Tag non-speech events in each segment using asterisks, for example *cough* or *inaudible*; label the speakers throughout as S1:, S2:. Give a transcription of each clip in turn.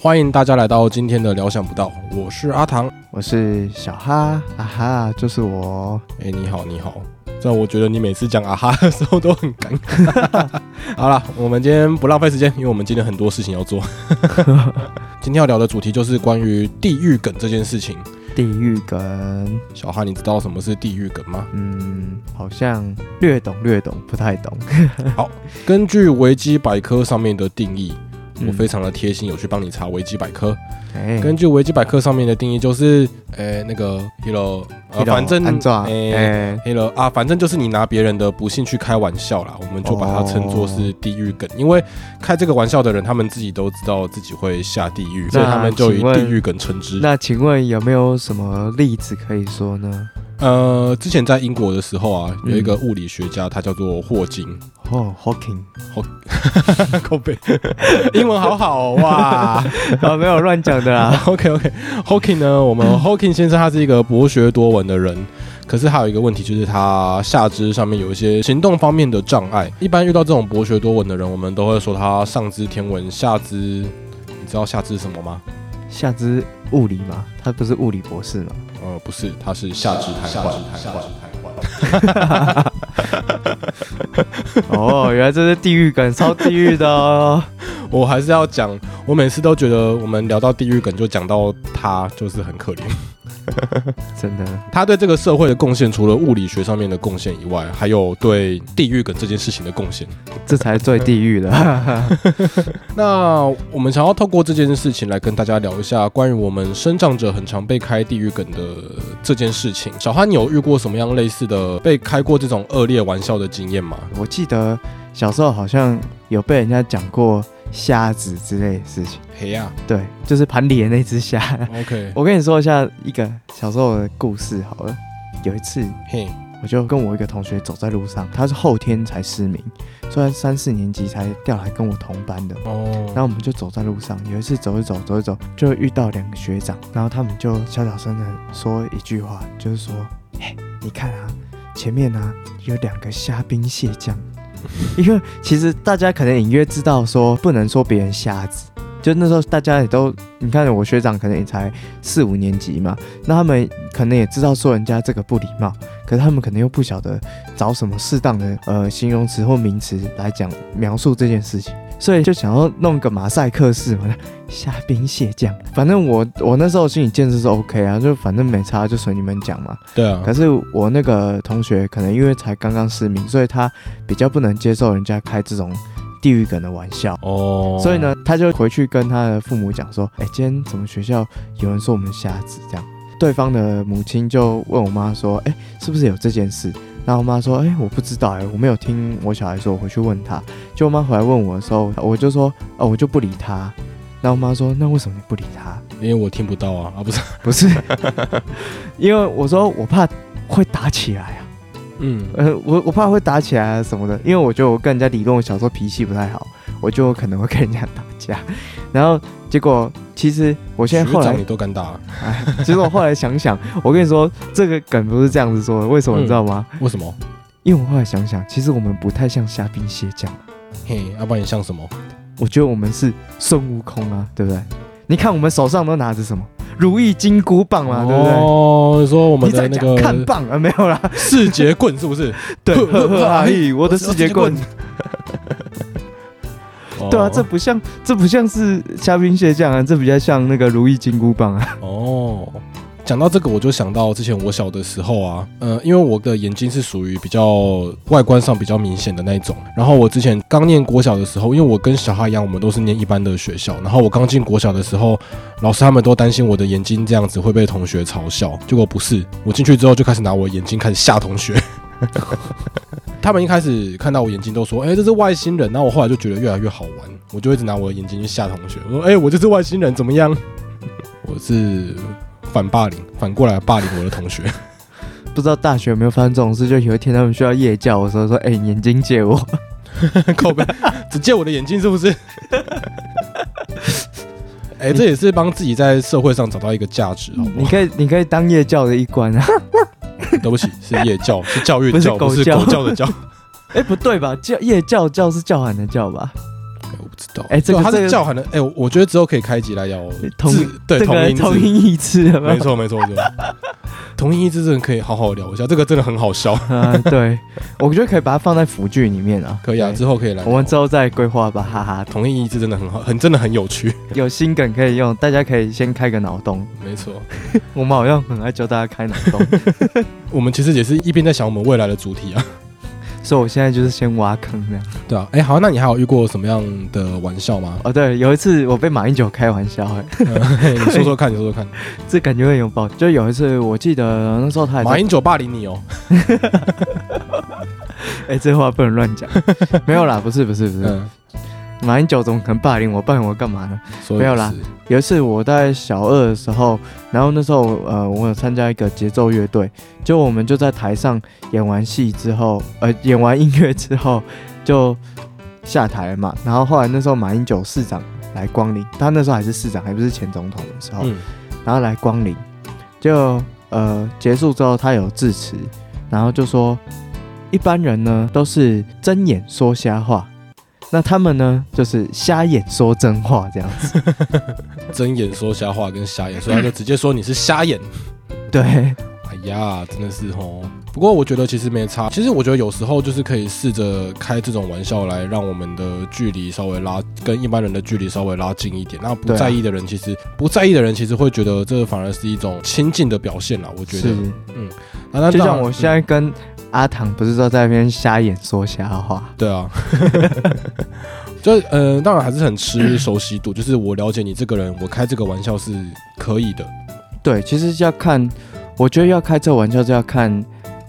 S1: 欢迎大家来到今天的聊想不到，我是阿唐。
S2: 我是小哈，啊哈，就是我
S1: 哎、你好，你好。虽然我觉得你每次讲啊哈的时候都很尴尬。 *laughs* 好了，我们今天不浪费时间，因为我们今天很多事情要做。 *laughs* 今天要聊的主题就是关于地狱梗这件事情。
S2: 地狱梗。
S1: 小哈，你知道什么是地狱梗吗？
S2: 嗯，好像略懂略懂，不太懂。
S1: 根据维基百科上面的定义， *laughs* 我非
S2: 常
S1: 常的贴心，有去帮你查维基百科。
S2: 哎，
S1: 根据维基百科上面的定义，就是，呃、那个 hero，呃，
S2: 一种
S1: 反正
S2: 安装
S1: 诶
S2: 哎，
S1: 黑了啊，反正就是你拿别人的不幸去开玩笑啦，我们就把它称作
S2: 哦
S1: 是地狱梗，因为开这个玩笑的人，他们自己都知道自己会下地狱，所以他们就以
S2: 请问
S1: 地狱梗称之。
S2: 那请问有没有什么例子可以说呢？
S1: 呃，之前在英国的时候啊，
S2: 嗯
S1: 有一个物理学家，他叫做霍
S2: *laughs*
S1: 金，
S2: 哦，Hawking
S1: 靠背，英文好好哦哇。
S2: *laughs* 啊， *laughs* 没有乱讲的
S1: *laughs*
S2: 啦。
S1: OK OK，Hawking 呢，我 *laughs* 们 Hawking 先生他是一个博学多闻的人，可是还有一个问题就是他下肢上面有一些行动方面的障碍。一般遇到这种博学多闻的人，我们都会说他上肢天文，下肢你知道下肢什么吗？
S2: 下肢物理嘛，他不是物理博士 *laughs* 嘛？
S1: 呃，不是，他是下肢瘫痪。
S2: 哦，原来这是地狱梗，超地狱的哦。
S1: 我还是要讲，我每次都觉得我们聊到地狱梗就讲到他，就是很可怜。
S2: *laughs* 真的，
S1: 他对这个社会的贡献，除了物理学上面的贡献以外，还有对地狱梗这件事情的贡献。
S2: 这才是最地狱的。
S1: 那我们想要透过这件事情来跟大家聊一下关于我们生长者很常被开地狱梗的这件事情。小哈，你有遇过什么样类似的被开过这种恶劣玩笑的经验吗？
S2: *laughs* 我记得小时候好像有被人家讲过瞎子之类的事情，
S1: 嘿呀、
S2: 对，就是盘里的那只虾。 *laughs*
S1: o k
S2: 我跟你说一下一个小时候的故事好了。有一次，
S1: 嘿，
S2: 我就跟我一个同学走在路上，他是后天才失明，虽然三四年级才调来跟我同班的。然后
S1: 哦，
S2: 我们就走在路上，有一次走一走，走一走，就遇到两个学长，然后他们就小小声的说一句话，就是说：“哎，你看啊，前面啊有两个虾兵蟹将。”因为其实大家可能隐约知道说不能说别人瞎子，就那时候大家也都，你看我学长可能也才四五年级嘛，那他们可能也知道说人家这个不礼貌，可是他们可能又不晓得找什么适当的呃形容词或名词来讲描述这件事情。所以就想要弄个马赛克式嘛，虾兵蟹将。反正我我那时候心理建设是 OK 啊，就反正没差，就随你们讲嘛。
S1: 对啊
S2: 可，是我那个同学可能因为才刚刚失明，所以他比较不能接受人家开这种地狱梗的玩笑。
S1: 哦，
S2: 所以，呢，他就回去跟他的父母讲说：“哎、今天怎么学校有人说我们瞎子这样？”对方的母亲就问我妈说：“哎、是不是有这件事？”然后我妈说：“哎、我不知道、哎，我没有听我小孩说，我回去问他。”就我妈回来问我的时候，我就说：“哦，我就不理他。”然后我妈说：“那为什么你不理他
S1: 因为我听不到啊，啊，不是，？”
S2: 不是， *laughs* 因为我说我怕会打起来啊。
S1: 嗯，
S2: 呃，我我怕会打起来啊什么的，因为我觉得我跟人家理论，我小时候脾气不太好，我就可能会跟人家打架。然后结果其实我现在后
S1: 学
S2: 来
S1: 长你，都敢打，
S2: 其实我后来想想，我跟你说这个梗不是这样子说的，为什么你知道吗？
S1: 为什么？
S2: 因为我后来想想，其实我们不太像虾兵蟹将，啊
S1: 嘿，要、不然你像什么？
S2: 我觉得我们是孙悟空啊，对不对？你看我们手上都拿着什么如意金箍棒嘛，对不对？
S1: 哦，你说我们
S2: 你在
S1: 的那
S2: 讲看
S1: 个
S2: 棒啊，没有啦，
S1: 世节棍是不是？*laughs*
S2: 对，
S1: 呵呵
S2: 呵 *laughs* 呵
S1: 哎
S2: 阿姨，我的世界棍。 *laughs*
S1: *laughs*
S2: 对啊，这不像，这不像是虾兵蟹将啊，这比较像那个如意金箍棒啊。
S1: 哦，讲到这个，我就想到之前我小的时候啊，呃，因为我的眼睛是属于比较外观上比较明显的那一种。然后我之前刚念国小的时候，因为我跟小哈一样，我们都是念一般的学校。然后我刚进国小的时候，老师他们都担心我的眼睛这样子会被同学嘲笑，结果不是，我进去之后就开始拿我眼睛开始吓同学。他们一开始看到我眼睛都说：“哎、这是外星人。”然后我后来就觉得越来越好玩，我就一直拿我的眼睛去吓同学，我说：“哎、我就是外星人，怎么样？”我是反霸凌，反过来霸凌我的同学。
S2: *laughs*
S1: *laughs*
S2: 不知道大学有没有发生这种事？就有一天他们需要夜教的时候，说：“哎、你眼睛借我。
S1: 靠背，只借我的眼睛是不是？ *laughs* 哎、这也是帮自己在社会上找到一个价值，好不
S2: *laughs* 你
S1: 好？
S2: 可以，你可以当夜教的一关 *laughs* 啊。
S1: 对不起，是夜
S2: *laughs*
S1: 教，是教育的
S2: 不是
S1: 教，不是
S2: 狗
S1: 狗
S2: 教
S1: 叫的教。
S2: 哎、不对吧？教夜教教是叫喊的叫吧？
S1: 哎我不知道。
S2: *laughs* 哎这个
S1: 对它
S2: 这
S1: 是
S2: 个
S1: 叫喊的，哎，我我觉得之后可以开集来聊
S2: 同
S1: 字对
S2: 这
S1: 同
S2: 个
S1: 音
S2: 同
S1: 字
S2: 音异字有没有
S1: 没？错没错没错，同音异字真的可以好好聊一下，这个真的很好
S2: *laughs*
S1: 笑。
S2: *laughs* 啊，对，我觉得可以把它放在辅剧里面啊。
S1: 可以啊，
S2: 对
S1: 之后可以来聊。
S2: 我们之后再规划吧，哈哈。
S1: 同音异字真的很好，很真的很有趣。
S2: 有新梗可以用，大家可以先开个脑洞。
S1: 没错，
S2: 我们好像很爱教大家开脑洞， *laughs*
S1: 我们其实也是一边在想我们未来的主题啊。
S2: 所以我现在就是先挖坑这样。
S1: 对啊，哎，好，那你还有遇过什么样的玩笑
S2: *laughs*
S1: 吗？嗯
S2: 哦，对，有一次我被马英九开
S1: *laughs*
S2: 玩笑、哎，
S1: 你说说看，你说说
S2: *laughs*
S1: 看。
S2: 这感觉很有爆。就有一次，我记得 *laughs* 那时候他还在
S1: 马英九霸凌你哦，
S2: 哎、这话不能乱
S1: *laughs*
S2: 讲。没有啦，不是不是不是，
S1: 嗯，
S2: 马英九总可能霸凌我，霸凌我干嘛呢？
S1: 所以
S2: 没有啦
S1: 是，
S2: 有一次我在小二的时候，然后那时候呃，我有参加一个节奏乐队，就我们就在台上演完戏之后，呃，演完音乐之后就下台了嘛。然后后来那时候马英九市长来光临，他那时候还是市长，还不是前总统的时候，
S1: 嗯，
S2: 然后来光临，就呃结束之后他有致辞，然后就说一般人呢都是睁眼说瞎话，那他们呢就是瞎眼说真话这样子。 *laughs*
S1: 睁眼说瞎话跟瞎眼，所以他就直接说你是瞎眼。
S2: 对，
S1: 哎呀，真的是哦。不过我觉得其实没差，其实我觉得有时候就是可以试着开这种玩笑来让我们的距离稍微拉，跟一般人的距离稍微拉近一点。那不
S2: 对啊
S1: 在意的人，其实、不在意的人其实会觉得这反而是一种亲近的表现啦。我觉得
S2: 是，
S1: 啊，那
S2: 就
S1: 当
S2: 像
S1: 然
S2: 我现、在跟阿唐不是都在那边瞎眼说瞎话
S1: 嗯，对啊。 *laughs* 就呃，当然还是很吃熟悉度，就是我了解你这个人，我开这个玩笑是可以的。
S2: 对，其实要看，我觉得要开这玩笑就要看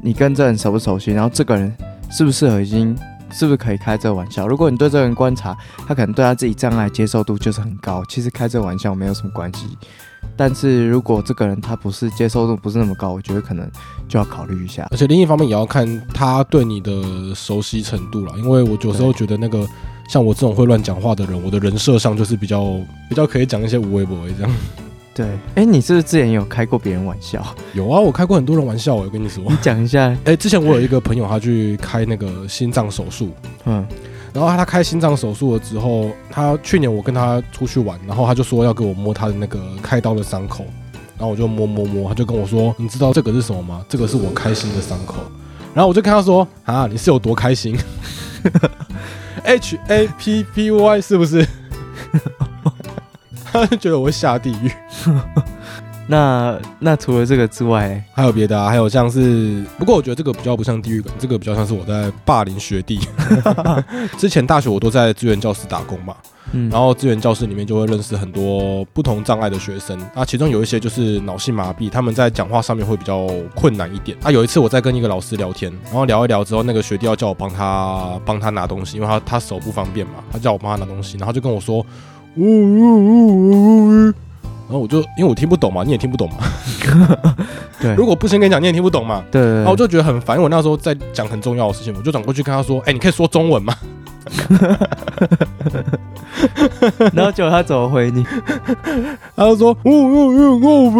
S2: 你跟这人熟不熟悉，然后这个人适不适合已经。是不是可以开这玩笑？如果你对这个人观察，他可能对他自己障碍接受度就是很高，其实开这玩笑没有什么关系。但是如果这个人他不是接受度不是那么高，我觉得可能就要考虑一下。
S1: 而且另一方面也要看他对你的熟悉程度啦，因为我有时候觉得那个像我这种会乱讲话的人，我的人设上就是比较比较可以讲一些无微不微这样。
S2: 对，哎，你是不是之前有开过别人玩笑？
S1: 有啊，我开过很多人玩笑，我跟你说。
S2: 你讲一下，
S1: 哎、之前我有一个朋友，他去开那个心脏手术，
S2: 嗯，
S1: 然后他开心脏手术了之后，他去年我跟他出去玩，然后他就说要给我摸他的那个开刀的伤口，然后我就摸摸摸，他就跟我说：“你知道这个是什么吗？这个是我开心的伤口。”然后我就跟他说：“啊，你是有多开心 *laughs* ？H A P P Y 是不是？” *laughs* 他就觉得我会下地狱。
S2: 那那除了这个之外，诶
S1: 还有别的啊，还有像是，不过我觉得这个比较不像地狱梗，这个比较像是我在霸凌学弟。 *laughs* 之前大学我都在资源教室打工嘛，
S2: 嗯
S1: 然后资源教室里面就会认识很多不同障碍的学生，啊，其中有一些就是脑性麻痹，他们在讲话上面会比较困难一点。啊，有一次我在跟一个老师聊天，然后聊一聊之后，那个学弟要叫我帮他帮他拿东西，因为他他手不方便嘛，他叫我帮他拿东西，然后就跟我说，呜呜呜呜呜呜，然后我就因为我听不懂嘛，你也听不懂嘛，
S2: 对，
S1: 如果不先跟你讲，你也听不懂嘛。
S2: 对对对
S1: 然后我就觉得很烦，因为我那时候在讲很重要的事情，我就转过去跟他说：“哎、你可以说中文吗
S2: 然后结果他怎么回你？？”
S1: 他就说：“我我我靠呗。”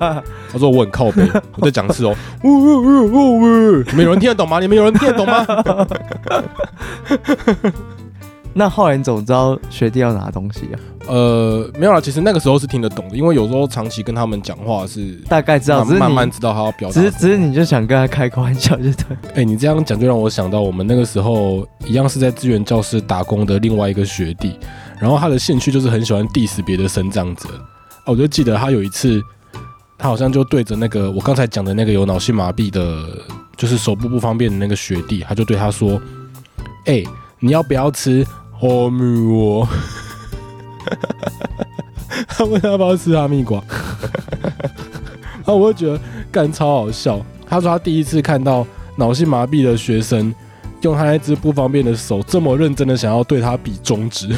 S1: 嗯 *laughs* 他说：“我很靠背。”我在讲一次哦， *laughs* 我我我靠呗。你们有人听得懂吗？你们有人听得懂吗？ *laughs*
S2: 那后来你怎么知道学弟要拿东西啊？
S1: 呃，没有啦，其实那个时候是听得懂的，因为有时候长期跟他们讲话是。
S2: 大概知道，
S1: 慢
S2: 只是你
S1: 慢慢知道他要表达
S2: 只
S1: 什
S2: 是
S1: 么。
S2: 只是你就想跟他开个玩笑就对。
S1: 哎、你这样讲就让我想到我们那个时候一样是在资源教室打工的另外一个学弟，然后他的兴趣就是很喜欢 diss 别的生长者。啊，我就记得他有一次，他好像就对着那个我刚才讲的那个有脑性麻痹的，就是手部不方便的那个学弟，他就对他说：“哎、你要不要吃哈密瓜？” *laughs* 他问他要不要吃哈密瓜， *laughs* 然后我就觉得干超好笑。他说他第一次看到脑性麻痹的学生用他那只不方便的手这么认真的想要对他比中指，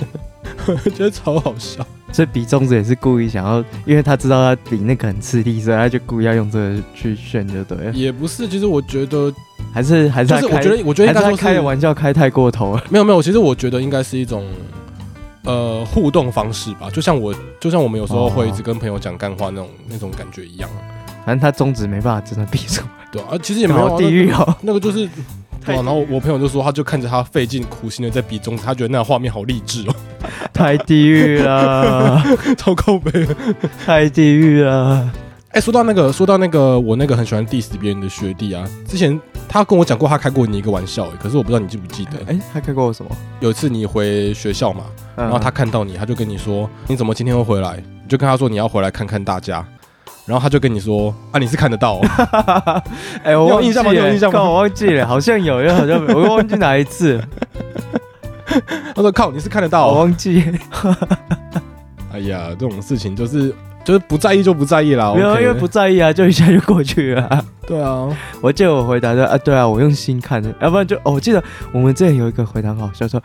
S1: *laughs* 我觉得超好笑。
S2: 所以比粽子也是故意想要，因为他知道他比那个很吃力，所以他就故意要用这个去炫就对了。
S1: 也不是，其实我觉得，
S2: 还是还是
S1: 就是
S2: 他开，
S1: 我觉得，我觉得应该
S2: 还是
S1: 说
S2: 他开的
S1: 是
S2: 玩笑开太过头了。
S1: 没有没有，其实我觉得应该是一种。呃，互动方式吧，就像我，就像我们有时
S2: 哦
S1: 候会一直跟朋友讲干话那种、那种感觉一样，
S2: 反正他中指没办法真的比出，
S1: 对啊，其实也没有啊
S2: 好地狱哦。
S1: 那个，那个就是对啊，然后我朋友就说，他就看着他费尽苦心的在比中指，他觉得那画面好励志哦， *laughs*
S2: 太地狱了，
S1: 超靠背。
S2: 太地狱了。
S1: 哎、说到那个，说到那个，我那个很喜欢 diss 别人的学弟啊，之前他跟我讲过，他开过你一个玩笑、哎可是我不知道你记不记得。
S2: 哎、他看过我什 *laughs* 么？
S1: 有一次你回学校嘛，
S2: 然
S1: 然哦后他看到你，他就跟你说：“你怎么今天会回来？”你就跟他说：“你要回来看看大家。”然后他就跟你说：“啊，你是看得到、哦。
S2: 哎、我
S1: 你有
S2: 忘记
S1: 印象吗你有
S2: 了
S1: 印象吗
S2: *laughs* 靠我忘记了，好像有，又好像没有，我忘记哪一次，”
S1: 他说：“靠，你是看得到、
S2: 我
S1: 哦。
S2: 忘记。”
S1: 哎呀，这种事情就是就是不在意就不在意啦。
S2: 没有
S1: OK
S2: 因为不在意啊，就一下就过去了 *laughs* 啊、
S1: 对啊，
S2: 我记得我回答说啊，对啊，我用心看的，要不然就、哦、我记得我们之前有一个回答很好笑，说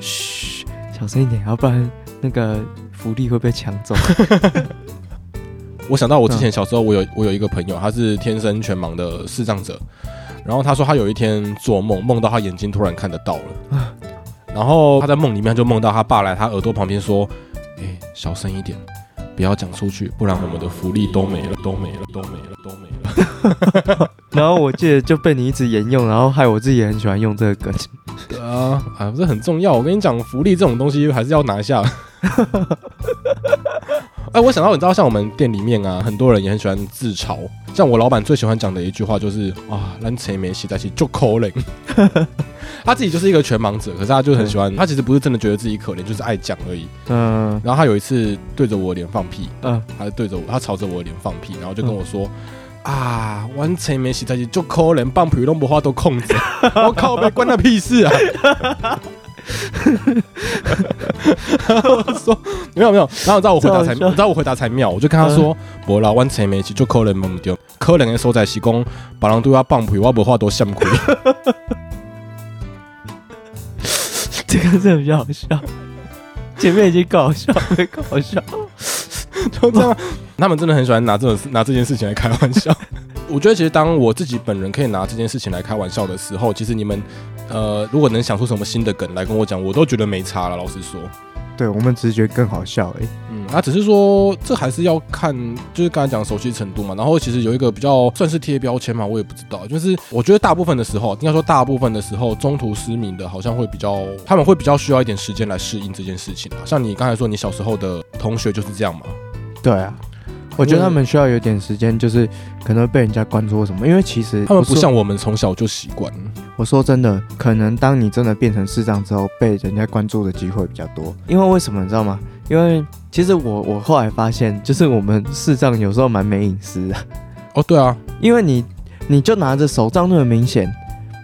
S2: 嘘，小声一点，要不然那个福利会被抢 *laughs* 走。
S1: 我想到我之前小时候，我有我有一个朋友，他是天生全盲的视障者，然后他说他有一天做梦，梦到他眼睛突然看得到了， *laughs* 然后他在梦里面他就梦到他爸来他耳朵旁边说：“哎、小声一点，不要讲出去，不然我们的福利都没了，都没了，都没了，都没了。
S2: 然后我记得就被你一直沿用，然后害我自己也很喜欢用这个梗。”
S1: 对啊，啊，这很重要。我跟你讲，福利这种东西还是要拿下。 *laughs* 哎，我想到，你知道，像我们店里面啊，很多人也很喜欢自嘲。像我老板最喜欢讲的一句话就是啊，咱谁没洗在一起就可怜。 *laughs* 他自己就是一个全盲者，可是他就很喜欢，他其实不是真的觉得自己可怜，就是爱讲而已。
S2: *laughs* 嗯
S1: 然后他有一次对着我脸放屁，
S2: 嗯，
S1: 他就对着我，他朝着我的脸放屁，然后就跟我说。啊，完全没洗在一起，就可怜放屁都无法都控制， *laughs* 我靠，被关他屁事啊！ *laughs* 我说没有没有，然后你知道我回答才，
S2: 这好
S1: 你
S2: 笑嗯
S1: 知道我回答才妙，我就跟他说，无啦，完全没洗，就可怜懵掉，可怜的所在是讲，别人对我放屁，我无法都闪开。
S2: 嗯这个真的比较好笑。 *laughs* 前面已经搞笑，没搞笑。
S1: *laughs* 就这样，他们真的很喜欢拿这种事拿这件事情来开玩笑。 *laughs* 我觉得其实当我自己本人可以拿这件事情来开玩笑的时候，其实你们呃，如果能想出什么新的梗来跟我讲，我都觉得没差了。老实说，
S2: 对我们直觉更好笑哎、
S1: 嗯，那、只是说这还是要看，就是刚才讲的熟悉程度嘛。然后其实有一个比较算是贴标签嘛，我也不知道。就是我觉得大部分的时候，应该说大部分的时候，中途失明的好像会比较，他们会比较需要一点时间来适应这件事情啊。像你刚才说，你小时候的同学就是这样嘛。
S2: 对啊，我觉得他们需要有点时间，就是可能会被人家关注什么，因为其实
S1: 他们不
S2: 我说
S1: 像我们从小就习惯，
S2: 我说真的，可能当你真的变成市长之后，被人家关注的机会比较多。因为为什么你知道吗？因为其实我我后来发现，就是我们市长有时候蛮没隐私的， *laughs*
S1: 哦，对啊，
S2: 因为你你就拿着手杖那么明显，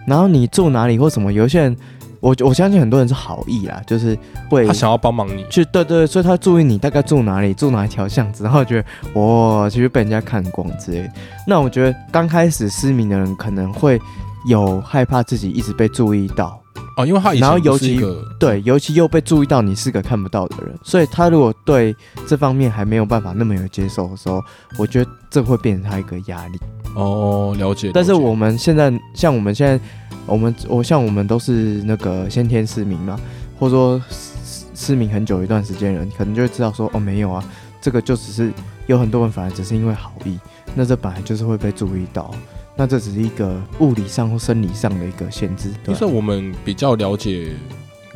S2: 然后你住哪里或什么，有些人我我相信很多人是好意啦，就是会
S1: 他想要帮忙你，
S2: 去对对，对所以他注意你大概住哪里，住哪一条巷子，然后觉得哇，其实被人家看光之类的。那我觉得刚开始失明的人可能会有害怕自己一直被注意到，
S1: 哦，因为他以
S2: 然后
S1: 前不
S2: 尤
S1: 是一
S2: 其
S1: 个，
S2: 对，尤其又被注意到你是个看不到的人，所以他如果对这方面还没有办法那么有接受的时候，我觉得这会变成他一个压力。
S1: 哦，了解。
S2: 但是
S1: 了解
S2: 我们现在像我们现在，我们我像我们都是那个先天失明嘛，或者说失失明很久一段时间的人，可能就会知道说哦没有啊，这个就只是有很多人反而只是因为好意，那这本来就是会被注意到，那这只是一个物理上或生理上的一个限制。对
S1: 就是我们比较了解，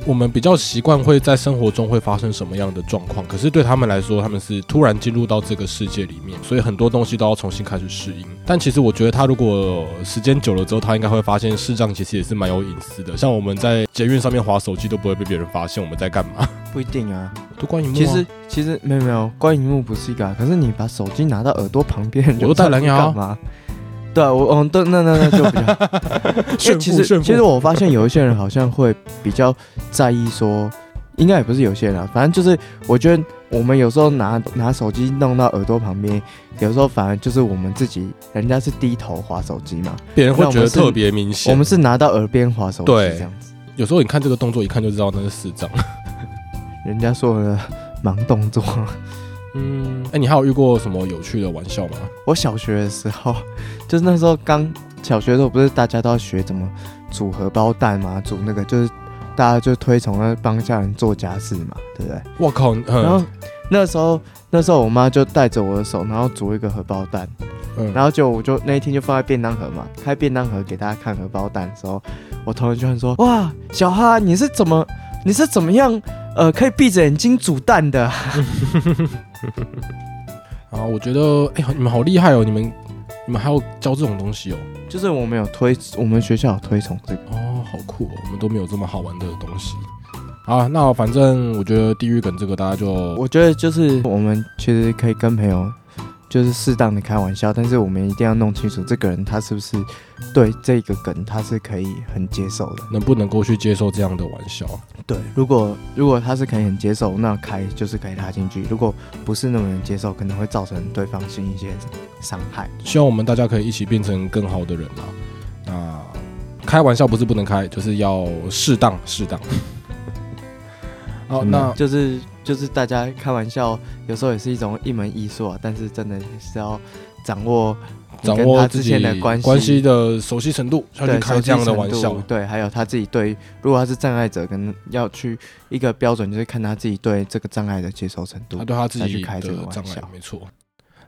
S1: 我们比较习惯会在生活中会发生什么样的状况，可是对他们来说，他们是突然进入到这个世界里面，所以很多东西都要重新开始适应。但其实我觉得他如果时间久了之后，他应该会发现视障其实也是蛮有隐私的，像我们在捷运上面划手机都不会被别人发现我们在干嘛，
S2: 不一定啊，
S1: 都关于
S2: 其实其实没有没有，关荧幕不是一个、啊，可是你把手机拿到耳朵旁边，
S1: *laughs* 我都戴蓝牙啊
S2: 干嘛？对啊，我嗯，对，那那那就
S1: *laughs*
S2: 比较因为
S1: 炫
S2: 其
S1: 富
S2: 实
S1: 炫
S2: 其实
S1: 富，
S2: 我发现有一些人好像会比较在意说，应该也不是有些人啊，反正就是我觉得我们有时候拿拿手机弄到耳朵旁边，有时候反而就是我们自己，人家是低头划手机嘛，
S1: 别人会
S2: 那我
S1: 觉
S2: 们
S1: 得
S2: 是
S1: 特别明显。
S2: 我们是拿到耳边划手机
S1: 对
S2: 这样子，
S1: 有时候你看这个动作，一看就知道那是视障。
S2: 人家说的盲动作。 *laughs*
S1: 嗯，哎、你还有遇过什么有趣的玩笑吗？
S2: 我小学的时候， *laughs* 就是那时候刚小学的时候，不是大家都要学怎么煮荷包蛋嘛，煮那个就是大家就推崇要帮家人做家事嘛，对不对？
S1: 我靠，嗯
S2: 然后那时候那时候我妈就带着我的手，然后煮一个荷包蛋，
S1: 嗯
S2: 然后就我就那一天就放在便当盒嘛，开便当盒给大家看荷包蛋的时候，我同学居然说：“哇，小哈，你是怎么你是怎么样呃可以闭着眼睛煮蛋的啊 *laughs*
S1: 啊，我觉得哎、你们好厉害哦，你们你们还要教这种东西哦，？”
S2: 就是我们有推，我们学校有推崇这个。
S1: 哦，好酷哦，我们都没有这么好玩的东西。啊，那反正我觉得地狱梗这个大家就
S2: 我觉得就是我们其实可以跟朋友就是适当的开玩笑，但是我们一定要弄清楚这个人他是不是对这个梗他是可以很接受的。
S1: 能不能够去接受这样的玩笑？
S2: 对，如果如果他是可以很接受，那开就是可以拉进去；如果不是那么能接受，可能会造成对方心一些伤害。
S1: 希望我们大家可以一起变成更好的人啊。那开玩笑不是不能开，就是要适当适当。好，哦
S2: 嗯
S1: 那
S2: 就是就是大家开玩笑，有时候也是一种一门艺术啊，但是真的是要掌握你
S1: 掌
S2: 跟
S1: 握
S2: 他
S1: 自
S2: 之
S1: 己
S2: 间的关系
S1: 关系的熟悉程度，要去
S2: 对
S1: 开这样的玩笑。
S2: 对，还有他自己对，如果他是障碍者，可能要去一个标准，就是看他自己对这个障碍的接受程度
S1: 他。对他自
S2: 再
S1: 己
S2: 去开
S1: 的
S2: 这个玩
S1: 障碍
S2: 笑，
S1: 没错。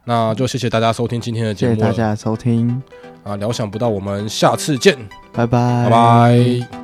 S1: 那就谢谢大家收听今天的节
S2: 谢谢
S1: 目
S2: 大
S1: 了
S2: 家的收听，
S1: 啊！料想不到，我们下次见，
S2: 拜
S1: 拜
S2: 拜，
S1: 拜。